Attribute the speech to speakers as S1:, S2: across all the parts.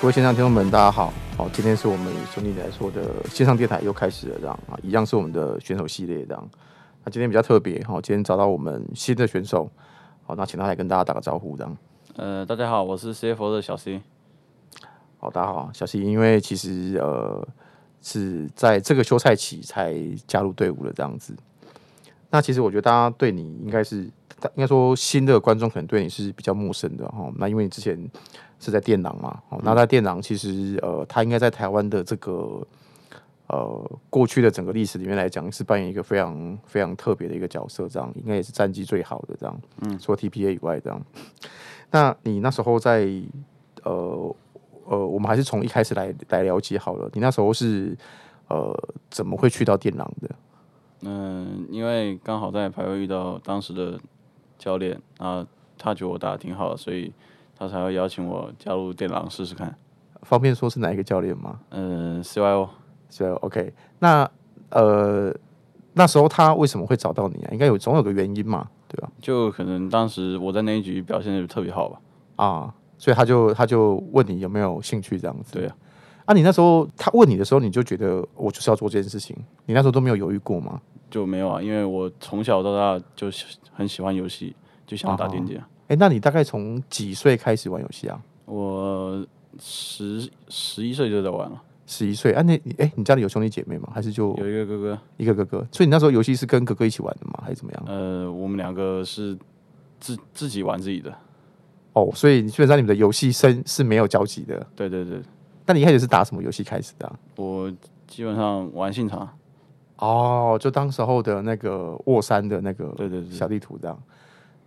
S1: 各位线上听众们，大家好！好，今天是我们兄弟来说的线上电台又开始了，这样啊，一样是我们的选手系列这样。那今天比较特别，好，今天找到我们新的选手，好，那请他来跟大家打个招呼这样。
S2: 呃，大家好，我是 CFO 的小 C。
S1: 好，大家好，啊小西，因为其实呃是在这个休赛期才加入队伍的这样子。那其实我觉得大家对你应该是，大应该说新的观众可能对你是比较陌生的哈。那因为你之前是在电囊嘛，哦，那在电囊其实呃，他应该在台湾的这个呃过去的整个历史里面来讲，是扮演一个非常非常特别的一个角色，这样应该也是战绩最好的这样。嗯，除了 TPA 以外这样。那你那时候在呃呃，我们还是从一开始来来了解好了。你那时候是呃怎么会去到电狼的？
S2: 嗯、因为刚好在排位遇到当时的教练啊，他觉得我打的挺好的，所以他才会邀请我加入电狼试试看。
S1: 方便说是哪一个教练吗？
S2: 嗯、c y o
S1: 所以 OK，那呃那时候他为什么会找到你啊？应该有总有个原因嘛，对吧？
S2: 就可能当时我在那一局表现的特别好吧。
S1: 啊，所以他就他就问你有没有兴趣这样子。
S2: 对啊，
S1: 啊，你那时候他问你的时候，你就觉得我就是要做这件事情，你那时候都没有犹豫过吗？
S2: 就没有啊，因为我从小到大就喜很喜欢游戏，就想打电竞啊。
S1: 哎、那你大概从几岁开始玩游戏啊？
S2: 我十十一岁就在玩了，
S1: 十一岁啊？那你哎、你家里有兄弟姐妹吗？还是就
S2: 有一个哥哥，
S1: 一个哥哥？所以你那时候游戏是跟哥哥一起玩的吗？还是怎么样？
S2: 呃，我们两个是自自己玩自己的。
S1: 哦，所以基本上你们的游戏生是没有交集的。
S2: 对对对，
S1: 那你一开始是打什么游戏开始的啊、
S2: 我基本上玩现场，
S1: 哦，就当时候的那个沃山的那个
S2: 对对对
S1: 小地图这样。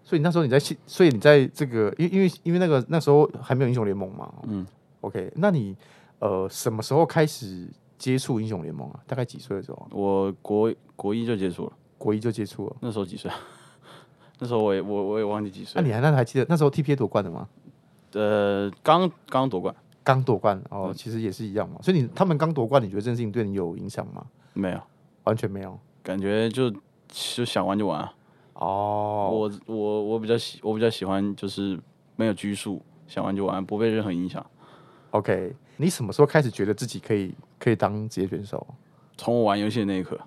S1: 所以你那时候你在西，所以你在这个，因为因为因为那个那时候还没有英雄联盟嘛。哦
S2: 嗯。
S1: OK，那你呃什么时候开始接触英雄联盟啊？大概几岁的时候啊？
S2: 我国国一就结束了，
S1: 国一就接触了。
S2: 那时候几岁啊？ 那时候我也我我也忘记几
S1: 那、
S2: 岁。
S1: 你还那还记得那时候 TPA 夺冠的吗？
S2: 呃，刚刚夺冠
S1: 刚夺冠哦，其实也是一样嘛。所以你他们刚夺冠，你觉得这件事情对你有影响吗？
S2: 没有？
S1: 完全没有。
S2: 感觉就就想玩就玩啊。
S1: 哦，
S2: 我我我比较喜我比较喜欢就是没有拘束，想玩就玩，不被任何影响。
S1: OK，你什么时候开始觉得自己可以可以当职业选手？
S2: 从我玩游戏的那一刻，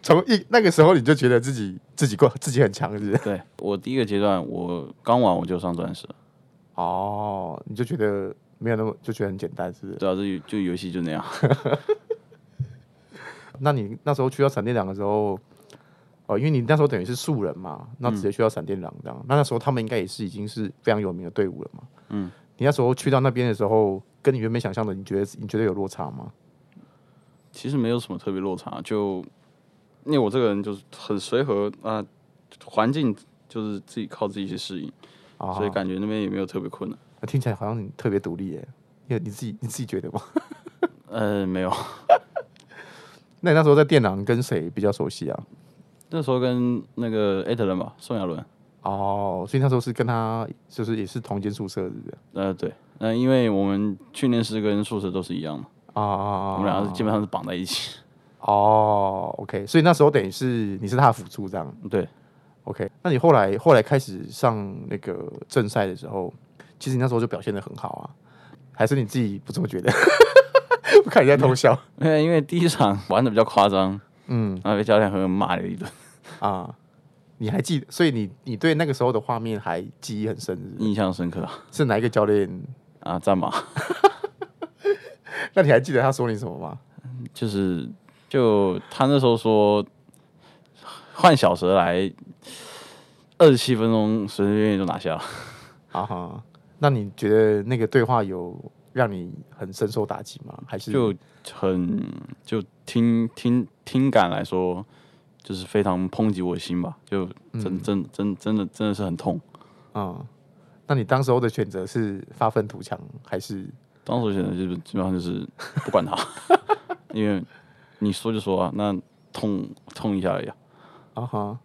S1: 从一那个时候你就觉得自己自己过自己很强，是不是？
S2: 对 我第一个阶段，我刚玩我就上钻石了，
S1: 哦，你就觉得没有那么就觉得很简单，是不是？
S2: 对啊，这就游戏就那样。
S1: 那你那时候去到闪电狼的时候，哦，因为你那时候等于是素人嘛，那直接去到闪电狼这样，那那时候他们应该也是已经是非常有名的队伍了嘛。
S2: 嗯，
S1: 你那时候去到那边的时候，跟你原本想象的，你觉得你觉得有落差吗？
S2: 其实没有什么特别落差，就因为我这个人就是很随和啊，环境就是自己靠自己去适应，
S1: 啊，
S2: 所以感觉那边也没有特别困难。
S1: 听起来好像你特别独立耶，你你自己你自己觉得吗？
S2: 呃，没有，
S1: 那你那时候在电狼跟谁比较熟悉啊？
S2: 那时候跟那个艾特伦吧，宋亚伦，
S1: 哦，所以那时候是跟他就是也是同一间宿舍，是不是？
S2: 呃，对，那、因为我们训练室跟宿舍都是一样嘛，
S1: 啊啊啊！
S2: 我们俩是基本上是绑在一起。
S1: 哦，OK，所以那时候等于是你是他的辅助这样
S2: 对，
S1: ，OK？那你后来后来开始上那个正赛的时候，其实你那时候就表现的很好啊，还是你自己不这么觉得？ 我看你在偷笑
S2: 因为因为第一场玩的比较夸张，
S1: 嗯，
S2: 然后被教练狠狠骂了一顿，嗯
S1: 啊，你还记所以你你对那个时候的画面还记忆很深是不是，
S2: 印象深刻
S1: 是哪一个教练？
S2: 啊，战马
S1: 那你还记得他说你什么吗？
S2: 就是就他那时候说换小蛇来二十七分钟随随便便就拿下了，
S1: 啊哈，那你觉得那个对话有让你很深受打击吗？还是
S2: 就很就听听听感来说，就是非常抨击我的心吧，就真、真真真的真的是很痛。
S1: 嗯，那你当时候的选择是发愤图强，还是
S2: 当时我选择就是基本上就是不管他，因为你说就说啊，那痛痛一下而已啊、
S1: 啊哈？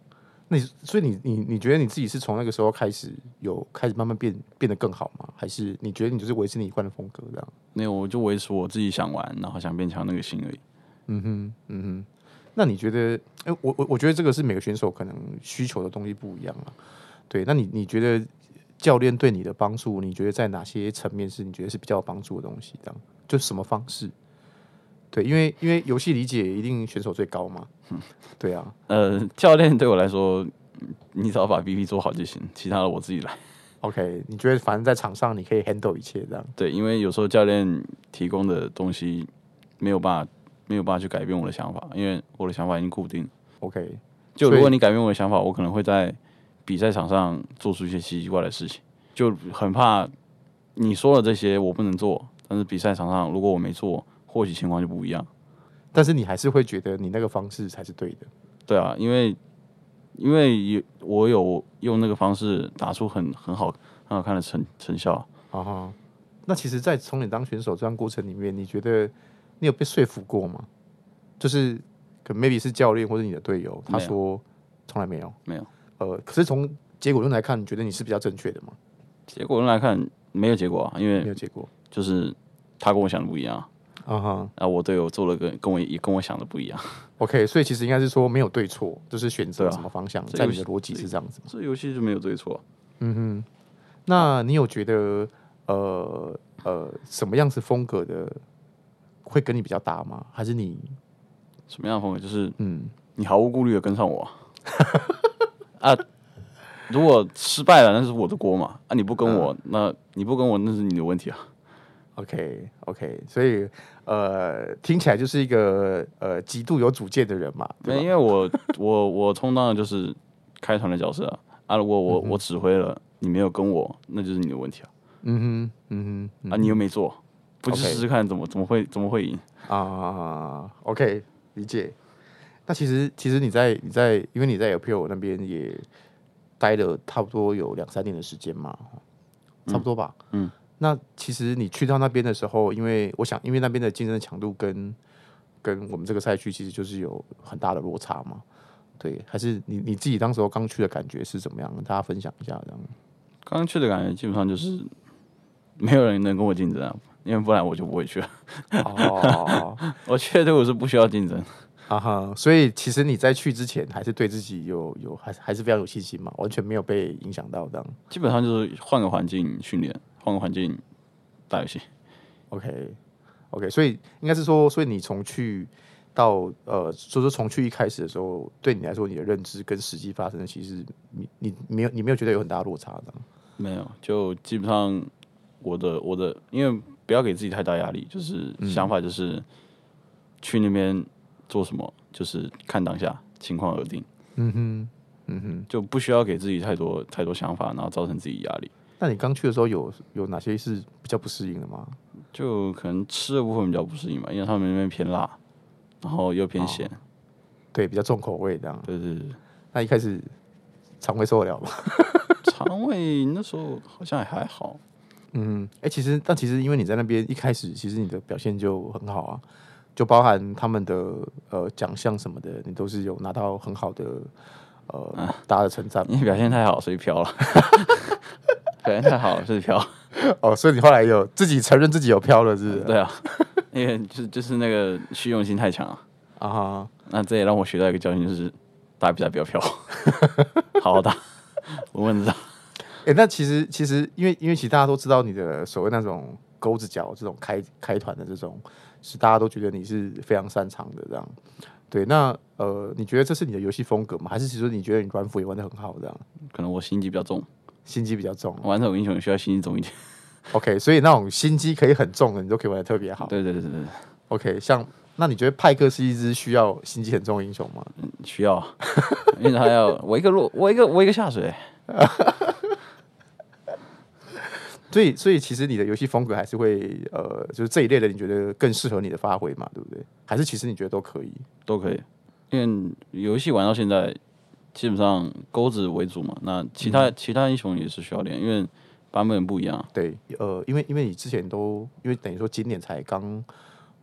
S1: 那你所以你你你觉得你自己是从那个时候开始有开始慢慢变变得更好吗？还是你觉得你就是维持你一贯的风格这样？
S2: 没有，我就维持我自己想玩，然后想变强那个心而已。
S1: 嗯哼，嗯哼。那你觉得？哎、我我我觉得这个是每个选手可能需求的东西不一样啊。对，那你你觉得教练对你的帮助，你觉得在哪些层面是你觉得是比较有帮助的东西？这样就什么方式？对，因为因为游戏理解一定选手最高嘛，对啊，
S2: 呃，教练对我来说，嗯你只要把 BP 做好就行，其他的我自己来。
S1: OK，你觉得反正在场上你可以 handle 一切这样？
S2: 对，因为有时候教练提供的东西没有办法，没有办法去改变我的想法，因为我的想法已经固定了。
S1: OK，
S2: 就
S1: 所以
S2: 如果你改变我的想法，我可能会在比赛场上做出一些奇奇怪的事情，就很怕你说了这些我不能做，但是比赛场上如果我没做，或许情况就不一样。
S1: 但是你还是会觉得你那个方式才是对的。
S2: 对啊，因为因为有我有用那个方式打出很很好很好看的成成效。
S1: 啊哈，那其实，在从你当选手这段过程里面，你觉得你有被说服过吗？就是可能 maybe 是教练或者你的队友，他
S2: 没有
S1: 说从来没有，
S2: 没有。
S1: 呃，可是从结果论来看，你觉得你是比较正确的吗？
S2: 结果论来看，没有结果啊，因
S1: 没
S2: 为
S1: 有结果。
S2: 就是他跟我想的不一样啊
S1: 啊哈
S2: 啊，我队友做了跟跟我也跟我想的不一样。
S1: ，OK，所以其实应该是说没有对错，就是选择
S2: 对啊
S1: 什么方向，
S2: 这
S1: 在
S2: 游
S1: 你的
S2: 戏
S1: 逻辑是这样子吗。
S2: 这游戏就没有对错啊、
S1: 嗯哼，那你有觉得呃呃什么样子风格的会跟你比较搭吗？还是你
S2: 什么样的风格？就是
S1: 嗯
S2: 你毫无顾虑的跟上我啊 啊如果失败了，那是我的锅嘛。啊，你不跟我，那你不跟我，那是你的问题啊。
S1: OK OK，所以呃听起来就是一个呃极度有主见的人嘛，
S2: 没，
S1: 对
S2: 因
S1: 吧？
S2: 为 我我我充当的就是开团的角色啊。啊，如果我、我指挥了，你没有跟我，那就是你的问题啊。
S1: 嗯哼嗯哼嗯
S2: 啊，你又没做，不去
S1: OK
S2: 试试看，怎么怎么会怎么会赢？
S1: 啊，OK，理解。那其实其实你在你在因为你在 LPL 那边也待了差不多有两三年的时间嘛，差不多吧。
S2: 嗯
S1: 那其实你去到那边的时候，因为我想，因为那边的竞争强度跟跟我们这个赛区其实就是有很大的落差嘛。对，还是你你自己当时候刚去的感觉是怎么样？跟大家分享一下，这样。
S2: 刚刚去的感觉基本上就是没有人能跟我竞争啊，因为不然我就不会去了。
S1: 哦，
S2: 我去的队伍是不需要竞争。
S1: 啊哈，所以其实你在去之前还是对自己有有还是还是非常有信心嘛，完全没有被影响到这样。
S2: 基本上就是换个环境训练，换个环境打游戏。
S1: OK OK，所以应该是说，所以你从去到呃，所以说从去一开始的时候，对你来说，你的认知跟实际发生的，其实你你没有你没有觉得有很大的落差这样。
S2: 没有，就基本上我的我的，因为不要给自己太大压力，就是
S1: 嗯
S2: 想法就是、去那边做什么，就是看当下情况而定，
S1: 嗯哼，嗯哼。
S2: 就不需要给自己太多太多想法，然后造成自己压力。
S1: 那你刚去的时候有有哪些是比较不适应的吗？
S2: 就可能吃的部分比较不适应吧，因为他们那边偏辣，然后又偏咸，
S1: 对，比较重口味这样。
S2: 对对对。
S1: 那一开始肠胃受得了吗？
S2: 肠胃那时候好像也还好，
S1: 嗯，哎、其实但其实因为你在那边一开始，其实你的表现就很好啊，就包含他们的呃奖项什么的，你都是有拿到很好的呃、大家的称赞嘛
S2: 因为表现太好，所以飘了。 表现太好，所以飘。
S1: 哦，所以你后来有自己承认自己有飘了，是不是？
S2: 对啊，因为就是就是那个虚荣心太强了。
S1: 啊哈，
S2: 那这也让我学到一个教训，就是打比赛不要 飘，好好打，稳稳的打。
S1: 哎、那其实其实因为因为其实大家都知道你的所谓那种钩子脚这种开开团的这种，是大家都觉得你是非常擅长的这样。对，那呃，你觉得这是你的游戏风格吗？还是其实你觉得你软辅也玩的很好这样，
S2: 可能我心机比较重，
S1: 心机比较重？
S2: 玩这种英雄需要心机重一点。
S1: OK，所以那种心机可以很重的，你都可以玩的特别好。
S2: 对对对对对，
S1: OK，像那你觉得派克是一只需要心机很重的英雄吗？
S2: 需要啊，因为他要我一个落，我一个我一个下水。
S1: 所以，所以其实你的游戏风格还是会呃，就是这一类的，你觉得更适合你的发挥嘛，对不对？还是其实你觉得都可以？
S2: 都可以，因为游戏玩到现在，基本上钩子为主嘛。那其他、其他英雄也是需要练，因为版本不一样啊。
S1: 对，呃，因为因为你之前都因为等于说今年才刚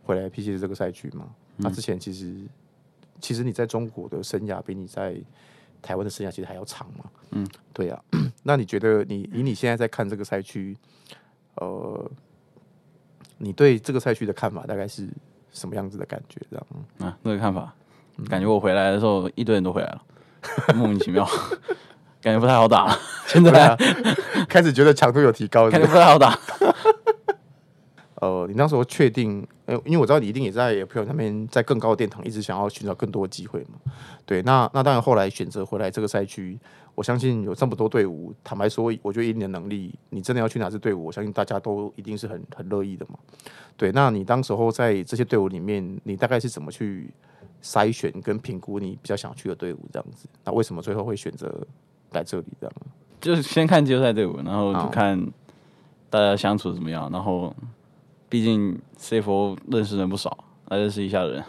S1: 回来 PC 的这个赛区嘛，那之前其实其实你在中国的生涯比你在台湾的生涯其实还要长嘛，嗯，对啊。那你觉得你以你现在在看这个赛区，呃，你对这个赛区的看法大概是什么样子的感觉？这样
S2: 嗯 啊，那个看法，感觉我回来的时候一堆人都回来了，莫名其妙。感觉不太好 打了，现在
S1: 啊 开始觉得强度有提高是
S2: 感
S1: 不
S2: 觉
S1: 是
S2: 不太好打。
S1: 呃，你那时候确定，呃，因为我知道你一定也在朋友那边，在更高的殿堂一直想要寻找更多的机会嘛。对，那那当然后来选择回来这个赛区，我相信有这么多队伍，坦白说，我觉得以你的能力，你真的要去哪支队伍，我相信大家都一定是很很乐意的嘛。对，那你当时候在这些队伍里面，你大概是怎么去筛选跟评估你比较想去的队伍这样子？那为什么最后会选择来这里这样？
S2: 就是先看季后赛队伍，然后
S1: 好
S2: 就看大家相处怎么样。然后，毕竟 CFO 认识人不少，来认识一下人，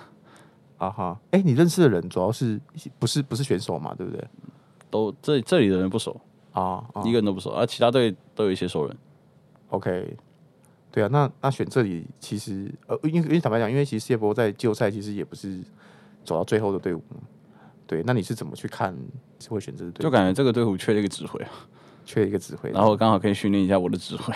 S1: 啊哈，哎、你认识的人主要是不是不是选手嘛，对不对？
S2: 都这这里的人不熟，
S1: 啊，啊
S2: 一个人都不熟，而、其他队都有一些熟人。
S1: OK，对啊，那那选这里其实呃，因为因为坦白讲，因为其实谢博在季后赛其实也不是走到最后的队伍嘛，对，那你是怎么去看是会选这支队
S2: 就
S1: 伍？
S2: 感觉这个队伍缺了一个指挥，
S1: 缺一个指挥，
S2: 然后刚好可以训练一下我的指挥。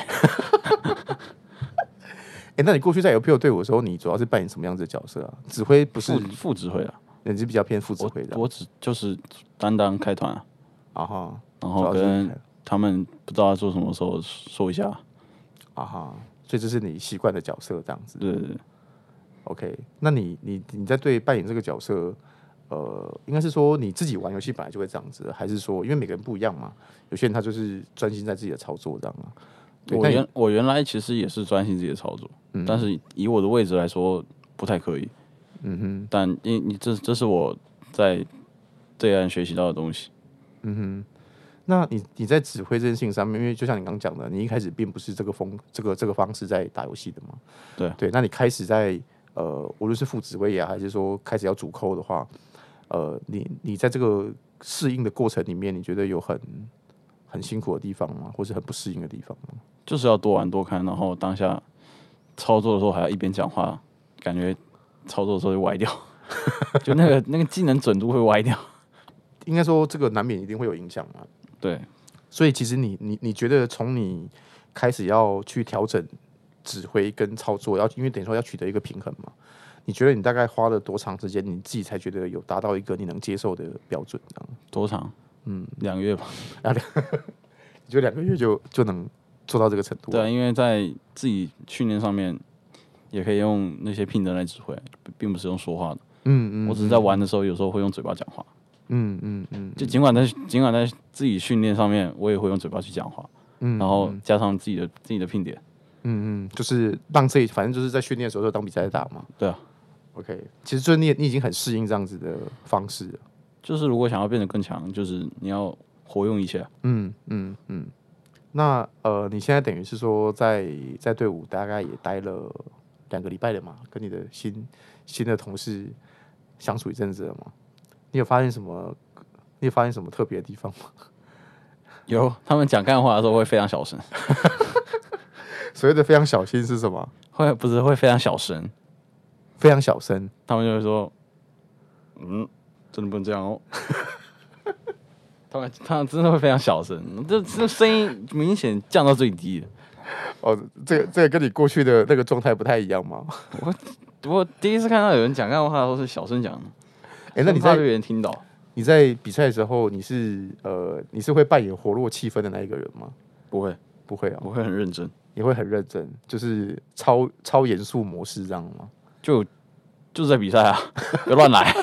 S1: 哎、那你过去在 LPL 队伍的时候，你主要是扮演什么样子的角色啊？指挥 不是
S2: 副，副指挥啊，
S1: 你是比较偏副指
S2: 我
S1: 挥的
S2: 我只就是担当开团、啊，
S1: 啊哈，
S2: 然
S1: 主
S2: 后
S1: 要是
S2: 跟他们不知道要做什么时候说一下。
S1: 啊哈，所以这是你习惯的角色这样子。
S2: 对对对，
S1: OK，那你你你在对扮演这个角色，呃，应该是说你自己玩游戏本来就会这样子，还是说因为每个人不一样嘛？有些人他就是专心在自己的操作这样啊。对，嗯
S2: 我
S1: 那你
S2: 原我原来其实也是专心自己的操作，但是以我的位置来说不太可以。嗯哼，但因你这这是我在对岸学习到的东西，
S1: 那你你在指挥这件事情上面，因为就像你刚刚讲的，你一开始并不是这个风这个这个方式在打游戏的嘛。
S2: 对
S1: 对，那你开始在呃，无论是副指挥也好，还是说开始要主扣的话，呃，你你在这个适应的过程里面，你觉得有很很辛苦的地方吗？或是很不适应的地方吗？
S2: 就是要多玩多看，然后当下操作的时候还要一边讲话，感觉操作的时候就歪掉， 就那个那个技能准度会歪掉。
S1: 应该说这个难免一定会有影响嘛。
S2: 对，
S1: 所以其实你你你觉得从你开始要去调整指挥跟操作，要因为等于说要取得一个平衡嘛，你觉得你大概花了多长时间，你自己才觉得有达到一个你能接受的标准？这样
S2: 多长？嗯，两个月吧。
S1: 你觉得两个月就就能做到这个程度？
S2: 对啊，，因为在自己训练上面也可以用那些聘人来指挥，并不是用说话的。
S1: 嗯嗯，
S2: 我只是在玩的时候，有时候会用嘴巴讲话。
S1: 嗯嗯嗯
S2: 就尽管在尽管在自己训练上面，我也会用嘴巴去讲话，
S1: 嗯，
S2: 然后加上自己的自己的拼点。
S1: 嗯嗯，就是让自己反正就是在训练的时候就当比赛在打嘛。
S2: 对啊，
S1: OK，其实就是你也你已经很适应这样子的方式了。
S2: 就是如果想要变得更强，就是你要活用一些。
S1: 嗯嗯嗯，那呃，你现在等于是说在在队伍大概也待了两个礼拜了嘛，跟你的新新的同事相处一阵子了嘛？你有发现什么？你有发现什么特别的地方吗？
S2: 有他们讲干话的时候会非常小声，
S1: 所谓的非常小心是什么？
S2: 会不是会非常小声，
S1: 非常小声。
S2: 他们就会说，嗯，真的不能这样哦。 他们他们真的会非常小声，这这声音明显降到最低了。
S1: 哦，这个这个跟你过去的那个状态不太一样 嘛？
S2: 我第一次看到有人讲干话都是小声讲的，
S1: 哎，那你
S2: 很怕
S1: 在
S2: 被别人听到。
S1: 你在比赛的时候，你是呃你是会扮演活络气氛的那一个人吗？
S2: 不会，
S1: 不会啊，
S2: 我会很认真。
S1: 你会很认真，就是超超严肃模式这样吗？
S2: 就就是在比赛啊， 别乱来，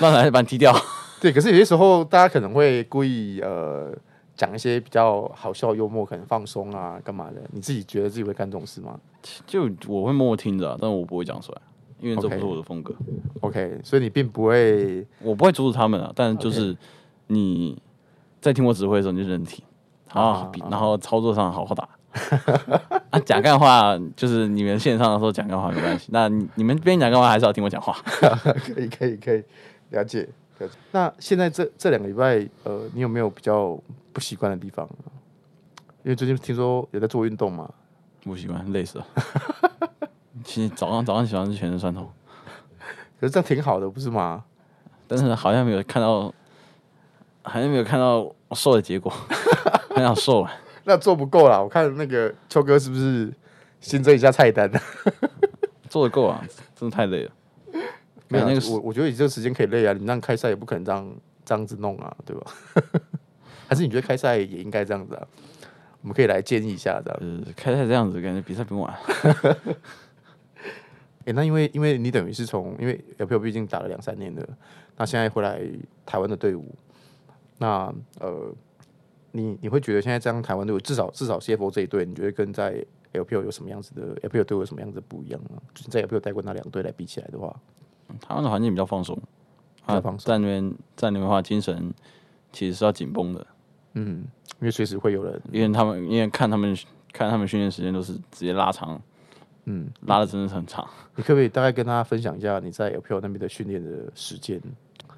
S2: 乱来把你踢掉。
S1: 对，可是有些时候大家可能会故意呃讲一些比较好笑、幽默，可能放松啊，干嘛的？你自己觉得自己会干这种事吗
S2: 就我会默默听着啊、但我不会讲出来，因为这
S1: OK
S2: 不是我的风格。
S1: ？OK，所以你并不会
S2: 我不会阻止他们啊，但就是你在听我指挥的时候，你就认听啊
S1: 啊，
S2: 比然后操作上好好打。 啊，讲干话就是你们线上的时候讲干话没关系，那你你们边讲干话还是要听我讲话。
S1: 可以可以可以了解了解。那现在这这两个礼拜，呃，你有没有比较不习惯的地方？因为最近听说有在做运动嘛，
S2: 不习惯，累死了。 其实早上早上起床就全身酸痛，
S1: 可是这样挺好的，不是吗？
S2: 但是好像没有看到，好像没有看到我瘦的结果， 很想瘦啊。
S1: 那做不够啦，我看那个秋哥是不是新增一下菜单？
S2: 做的够啊，真的太累了。
S1: 没有啊，
S2: 那个
S1: 我我觉得你这个时间可以累啊，你让开赛也不可能这样这样子弄啊，对吧？ 还是你觉得开赛也应该这样子啊？我们可以来建议一下这样。
S2: 呃，开赛这样子，感觉比赛不用玩。
S1: 哎、那因为因为你等于是从因为 LPL 毕竟打了两三年了，那现在回来台湾的队伍，那呃，你你会觉得现在这样台湾队伍至少至少 CFO 这一队，你觉得跟在 LPL 有什么样子的 LPL 队伍有什么样子的不一样呢？就是在 LPL 带过那两队来比起来的话，
S2: 台湾的环境比较放松，
S1: 比较
S2: 啊，
S1: 放松
S2: 在那边在那边的话，精神其实是要紧绷的，
S1: 嗯，因为随时会有人，
S2: 因为他们因为看他们看他们训练时间都是直接拉长，
S1: 嗯，
S2: 拉的真的是很长。
S1: 你可不可以大概跟大家分享一下你在 LPL 那边的训练的时间？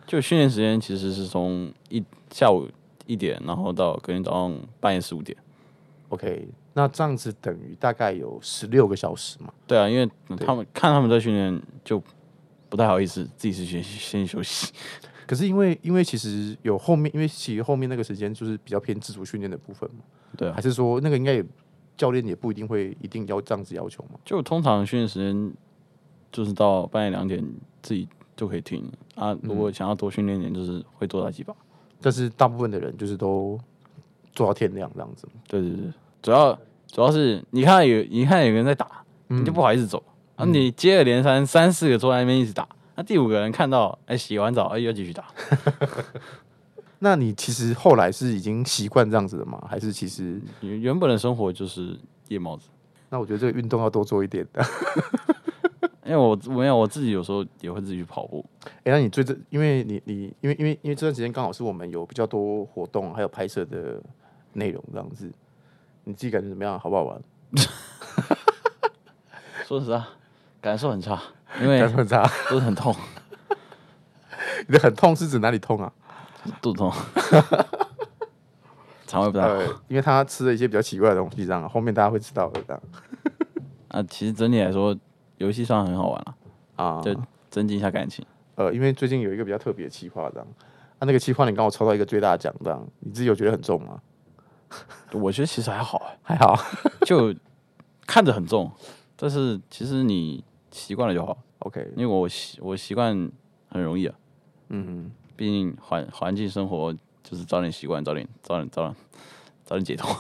S2: 就训练时间其实是从一下午一点，然后到隔天早上半夜十五点。
S1: OK，那这样子等于大概有十六个小时嘛？
S2: 对啊，因为他们看他们在训练就不太好意思自己去先先休息。
S1: 可是因为因为其实有后面，因为其实后面那个时间就是比较偏自主训练的部分嘛，
S2: 对啊
S1: 还，是说那个应该也教练也不一定会一定要这样子要求嘛？
S2: 就通常训练时间就是到半夜两点自己就可以停了啊。如果想要多训练一点，就是会多打几把。
S1: 但是大部分的人就是都做到天亮这样子，
S2: 对对对，主要主要是你看有你看有个人在打，
S1: 嗯
S2: 你就不好意思走，啊，你接二连三三四个坐在那边一直打，那第五个人看到，哎，洗完澡，哎，又继续打。
S1: 那你其实后来是已经习惯这样子的吗？还是其实
S2: 原原本的生活就是夜猫子，
S1: 那我觉得这个运动要多做一点的。
S2: 因为我没有我自己有时候也会自己去跑步，
S1: 哎、那你最这，因为你你因为因为因为这段时间刚好是我们有比较多活动，还有拍摄的内容这样子，你自己感觉怎么样？好不好玩？
S2: 说实话，感受很差，因为
S1: 感受很差，
S2: 都是很痛，
S1: 你的很痛是指哪里痛啊？
S2: 肚子痛，肠胃不太好。
S1: 呃，因为他吃了一些比较奇怪的东西，这样后面大家会知道的这样
S2: 啊，其实整体来说，游戏算很好玩了、
S1: 啊。
S2: 就增进一下感情。
S1: 呃，因为最近有一个比较特别的企划这样，啊，那个企划你刚好抽到一个最大奖这样，你自己有觉得很重吗？
S2: 我觉得其实还好、啊
S1: 还好
S2: 就看着很重，但是其实你习惯了就好，
S1: ，OK，
S2: 因为我习我习惯很容易啊，
S1: 嗯，
S2: 毕竟环环境生活就是早点习惯，早点早点早点早点解脱。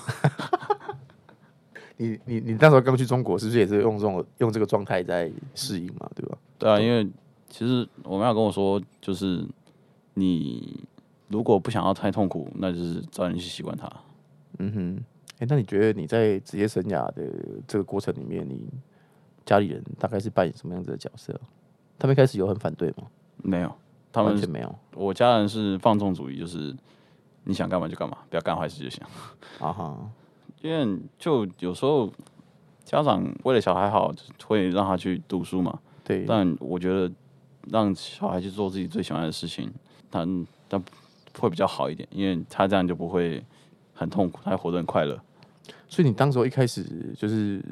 S1: 你你你那时候刚去中国，是不是也是用这种用这个状态在适应嘛？对吧？
S2: 对啊，因为其实我妈有跟我说，就是你如果不想要太痛苦，那就是早点去习惯它。
S1: 嗯哼，哎、那你觉得你在职业生涯的这个过程里面，你家里人大概是扮演什么样子的角色？他们一开始有很反对吗？
S2: 没有，他
S1: 完全
S2: 们
S1: 没有
S2: 我家人是放纵主义，就是你想干嘛就干嘛，不要干坏事就行。
S1: 啊哈，
S2: 因为就有时候家长为了小孩好，会让他去读书嘛。
S1: 对，
S2: 但我觉得让小孩去做自己最喜欢的事情，他他会比较好一点，因为他这样就不会很痛苦，他会活得很快乐。
S1: 所以你当时候一开始就是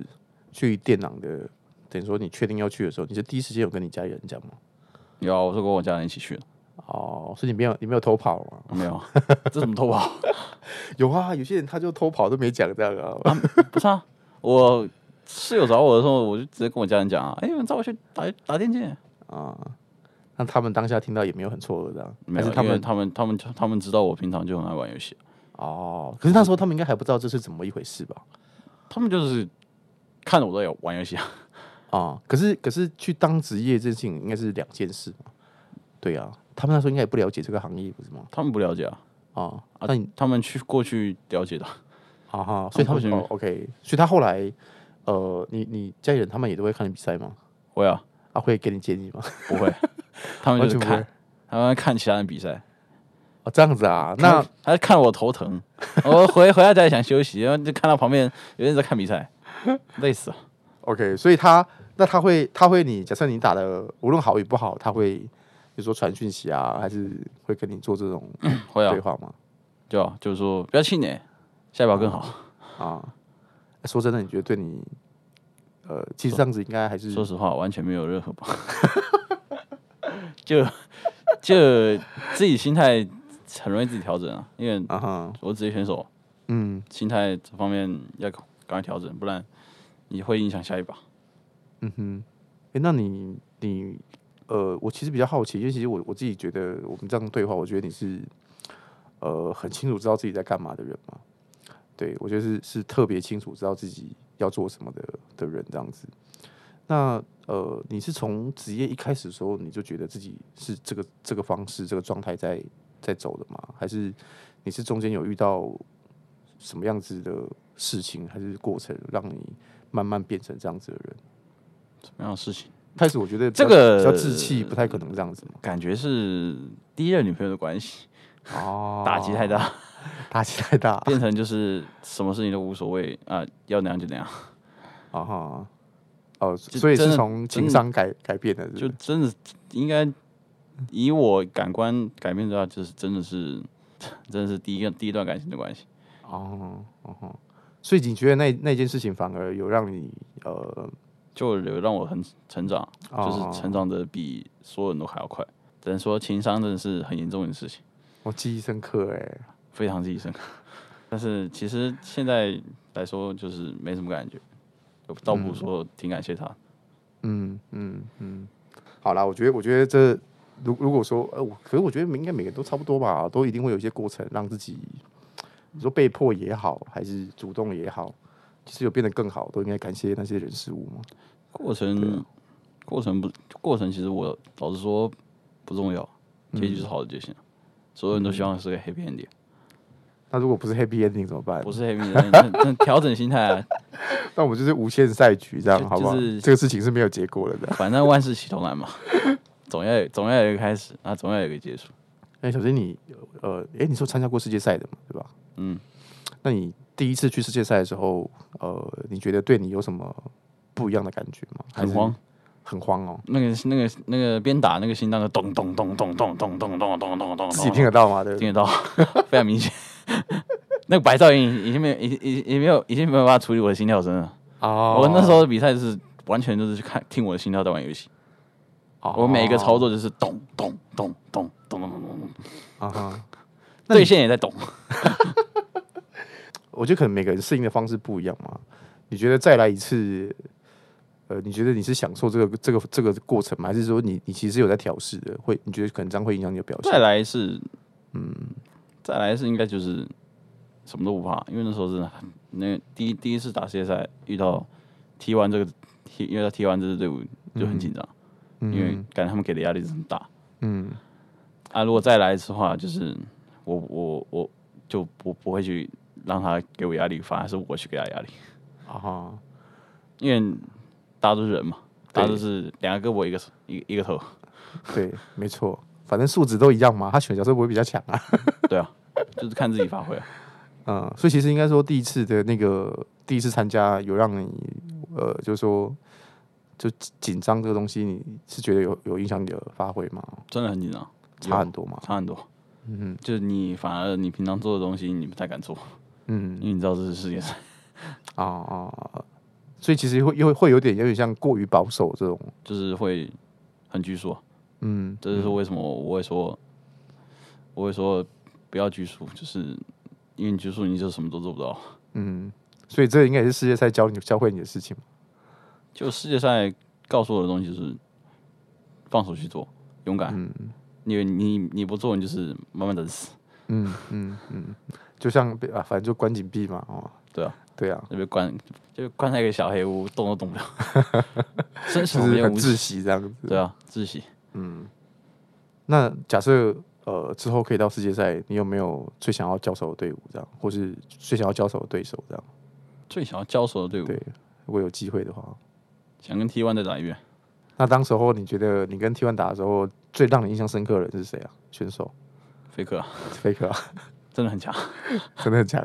S1: 去电脑的，等于说你确定要去的时候，你是第一时间有跟你家里人讲吗？
S2: 有啊，我是跟我家人一起去的，
S1: 哦，所以你没有你没有偷跑吗？
S2: 没有啊， 这怎么偷跑？
S1: 有啊，有些人他就偷跑都没讲这样啊。
S2: 不是啊，我室友找我的时候，我就直接跟我家人讲啊，哎、你们找我去打打电竞，
S1: 啊，那他们当下听到也没有很错愕这样，
S2: 没
S1: 还
S2: 有，
S1: 是他
S2: 因为
S1: 们
S2: 他们他们他们知道我平常就很爱玩游戏，
S1: 哦，可是那时候他们应该还不知道这是怎么一回事吧？
S2: 他们就是看着我在玩游戏啊，
S1: 啊、可是可是去当职业这件事情应该是两件事嘛？对啊，他们那时候应该也不了解这个行业，不是吗？
S2: 他们不了解啊，
S1: 啊、
S2: 啊
S1: 那你
S2: 他们去过去了解的，
S1: 啊哈，所以他
S2: 他们
S1: 们
S2: 不
S1: 哦，OK，所以他后来，呃，你你家里人他们也都会看你比赛吗？
S2: 会啊，
S1: 啊，会给你建议吗？
S2: 不 会，他们就是
S1: 完全不
S2: 看，他们看其他人比赛，
S1: 哦，这样子啊，那
S2: 他看我头疼，我回回到家里想休息，然后就看到旁边有人在看比赛，累死了。
S1: OK，所以他那他会他会你假设你打的无论好与不好，他会比如说传讯息啊，还是会跟你做这种
S2: 会啊
S1: 对，话吗？
S2: 就啊就是说不要气馁，下一把更好。
S1: 啊，说真的，你觉得对你，呃，其实这样子应该还是
S2: 说实话，完全没有任何帮 助，就就自己心态很容易自己调整啊，因为
S1: 啊哈，
S2: 我职业选手
S1: 嗯，
S2: 心态这方面要赶快调整，不然你会影响下一把。
S1: 诶，那你你呃，我其实比较好奇，因为其实我我自己觉得我们这样对话，我觉得你是呃很清楚知道自己在干嘛的人嘛。对我觉得是是特别清楚知道自己要做什么的的人这样子。那呃，你是从职业一开始的时候你就觉得自己是这个这个方式这个状态在在走的吗？还是你是中间有遇到什么样子的事情还是过程，让你慢慢变成这样子的人？
S2: 什么样的事情？
S1: 开始我觉得比
S2: 这
S1: 较
S2: 个
S1: 比较志气，不太可能这样子嘛。
S2: 感觉是第一任女朋友的关系，
S1: 哦
S2: 打击 太，大，
S1: 打击太大
S2: 变成就是什么事情都无所谓啊，要那样就那样，
S1: 啊哈。 哦，
S2: 就
S1: 所以
S2: 真
S1: 是
S2: 的
S1: 从
S2: 真
S1: 情
S2: 的
S1: 商改改变的，是不
S2: 就是真的应该以我感官改变的话，就是真的是 真的是第一个第一段感情的关系。
S1: 哦哦吼，所以你觉得那那件事情反而有让你呃，
S2: 就有让我很成长，
S1: 哦
S2: 就是成长的比所有人都还要快。只能说情商真的是很严重的事情，
S1: 我记忆深刻哎、
S2: 非常记忆深刻。 但是其实现在来说，就是没什么感觉，倒不如说挺感谢他。
S1: 嗯嗯嗯，好啦，我觉得我觉得这如如果说呃，我可是我觉得应该每个人都差不多吧，都一定会有一些过程让自己，你说被迫也好，还是主动也好，其实有变得更好，都应该感谢那些人事物嘛。
S2: 过程、
S1: 啊
S2: 过程不过程，其实我老实说不重要，结局是好的就行了。所有人都希望是个 happy ending，、
S1: 那如果不是 happy ending 怎么办
S2: 不？是 happy ending，那那那调整心态、啊，
S1: 那我们就是无限赛局这样，
S2: 就
S1: 好不好？
S2: 就是
S1: 这个事情是没有结果了的。
S2: 反正万事起头难嘛，总要有总要有一个开始，啊，总要有一个结束。
S1: 哎、小新你呃，哎、你说参加过世界赛的嘛，对吧？
S2: 嗯，
S1: 那你第一次去世界赛的时候，呃，你觉得对你有什么不一样的感觉吗？还
S2: 很
S1: 是
S2: 慌，
S1: 很慌哦，
S2: 那个那个那个边打那个心脏的咚咚咚咚咚咚咚咚咚咚咚，
S1: 自己听得到吗？对不对
S2: 听得到，非常明显。 那个白噪音已经没有，已已已没有，已经没有办法处理我的心跳声了。
S1: 哦
S2: 我那时候的比赛是完全就是去看听我的心跳在玩游戏，
S1: 哦
S2: 我每一个操作就是咚咚咚咚咚咚咚咚，
S1: 啊哈，那你
S2: 对线也在咚。
S1: 我觉得可能每个人适应的方式不一样嘛。你觉得再来一次，呃，你觉得你是享受这个这个这个过程吗？还是说你你其实有在调试的？会你觉得可能这样会影响你的表现？
S2: 再来是，嗯，再来是应该就是什么都不怕，因为那时候真的很那第一第一次打世界赛遇到踢完这个踢，因为他踢完这支队伍就很紧张，因为感觉他们给的压力是很大
S1: 嗯
S2: 啊。如果再来一次的话，就是我我我就不不会去让他给我压力，反而是我去给他压力，
S1: 啊哈，
S2: 因为大家都是人嘛，大家
S1: 对
S2: 都是两个胳膊一个手一个一个头，
S1: 对，没错，反正数值都一样嘛，他选角色不会比较强啊。
S2: 对啊，就是看自己发挥、啊。
S1: 嗯，所以其实应该说第一次的那个第一次参加，有让你呃，就是说就紧紧张这个东西，你是觉得有有影响你的发挥吗？
S2: 真的很紧张，
S1: 差很多吗？
S2: 差很多。嗯，就是你反而你平常做的东西你不太敢做，
S1: 嗯
S2: 因为你知道这是世界赛。
S1: 啊啊，啊所以其实会又会有点有点像过于保守这种，
S2: 就是会很拘束。啊
S1: 嗯，
S2: 这就是为什么我会说，我会说不要拘束，就是因为你拘束你就什么都做不到。
S1: 嗯所以这应该也是世界赛教你教会你的事情嘛。
S2: 就世界赛告诉我的东西就是放手去做，勇敢。因为你你不做，你就是慢慢等死。
S1: 嗯嗯嗯，就像被啊，反正就关紧闭嘛，哦，
S2: 对啊，
S1: 对啊，
S2: 就被关，就关在一个小黑屋，动都动不了， 真是
S1: 就
S2: 没
S1: 是
S2: 有
S1: 很
S2: 无
S1: 窒
S2: 耻。
S1: 息这样子。
S2: 对啊，窒息。
S1: 那假设呃之后可以到世界赛，你有没有最想要交手的队伍这样，或是最想要交手的对手这样？
S2: 最想要交手的队伍，
S1: 对，如果有机会的话，
S2: 想跟 T One 再打一遍。
S1: 那当时候你觉得你跟 T1 打的时候，最让你印象深刻的人是谁啊？选手
S2: 飞克啊
S1: 飞克啊，
S2: 真的很强，
S1: 真的很 强。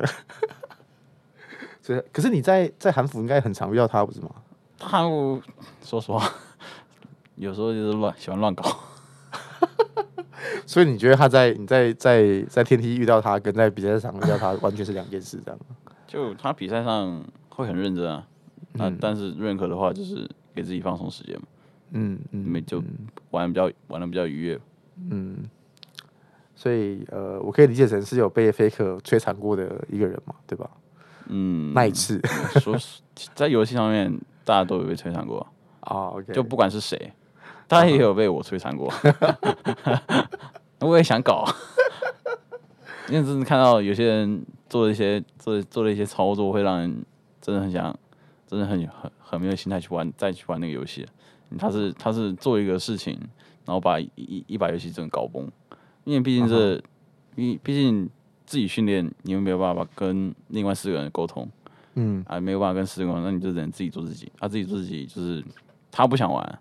S1: 所以，可是你在在韩服应该很常遇到他，不是吗？
S2: 他我说实话， 有时候就是乱喜欢乱搞，
S1: 所以你觉得他在你在在在天梯遇到他，跟在比赛场遇到他完全是两件事，这样？
S2: 就他比赛上会很认真啊，那、但是认可的话就是给自己放松时间嘛，
S1: 嗯嗯，
S2: 没就玩得比较玩的比较愉悦，
S1: 所以呃，我可以理解成是有被 Faker 摧残过的一个人嘛，对吧？
S2: 嗯，
S1: 那一次
S2: 说实 在游戏上面大家都有被摧残过，
S1: 啊，OK，
S2: 就不管是谁，他 也有被我摧残过，我也想搞， 因为真的看到有些人做了一些做做了一些操作，会让人真的很想，真的很很很没有心态去玩再去玩那个游戏。他是他是做一个事情，然后把一一一把游戏真的搞崩，因为毕竟这，毕毕竟自己训练，你又没有办法跟另外四个人沟通，
S1: 嗯，
S2: 啊，没有办法跟四个人沟通，那你就只能自己做自己，他、啊自己做自己就是他不想玩，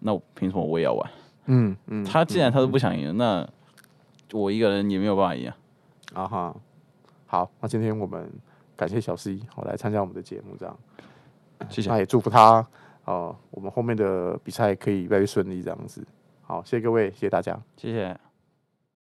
S2: 那我凭什么我也要玩？
S1: 嗯嗯，
S2: 他既然他都不想赢，那我一个人也没有办法赢啊。
S1: 啊哈，好，那今天我们感谢小 C 好来参加我们的节目，这样，
S2: 谢谢
S1: 那也祝福他哦、呃我们后面的比赛可以越来越顺利，这样子。好，谢谢各位，谢谢大家。
S2: 谢谢。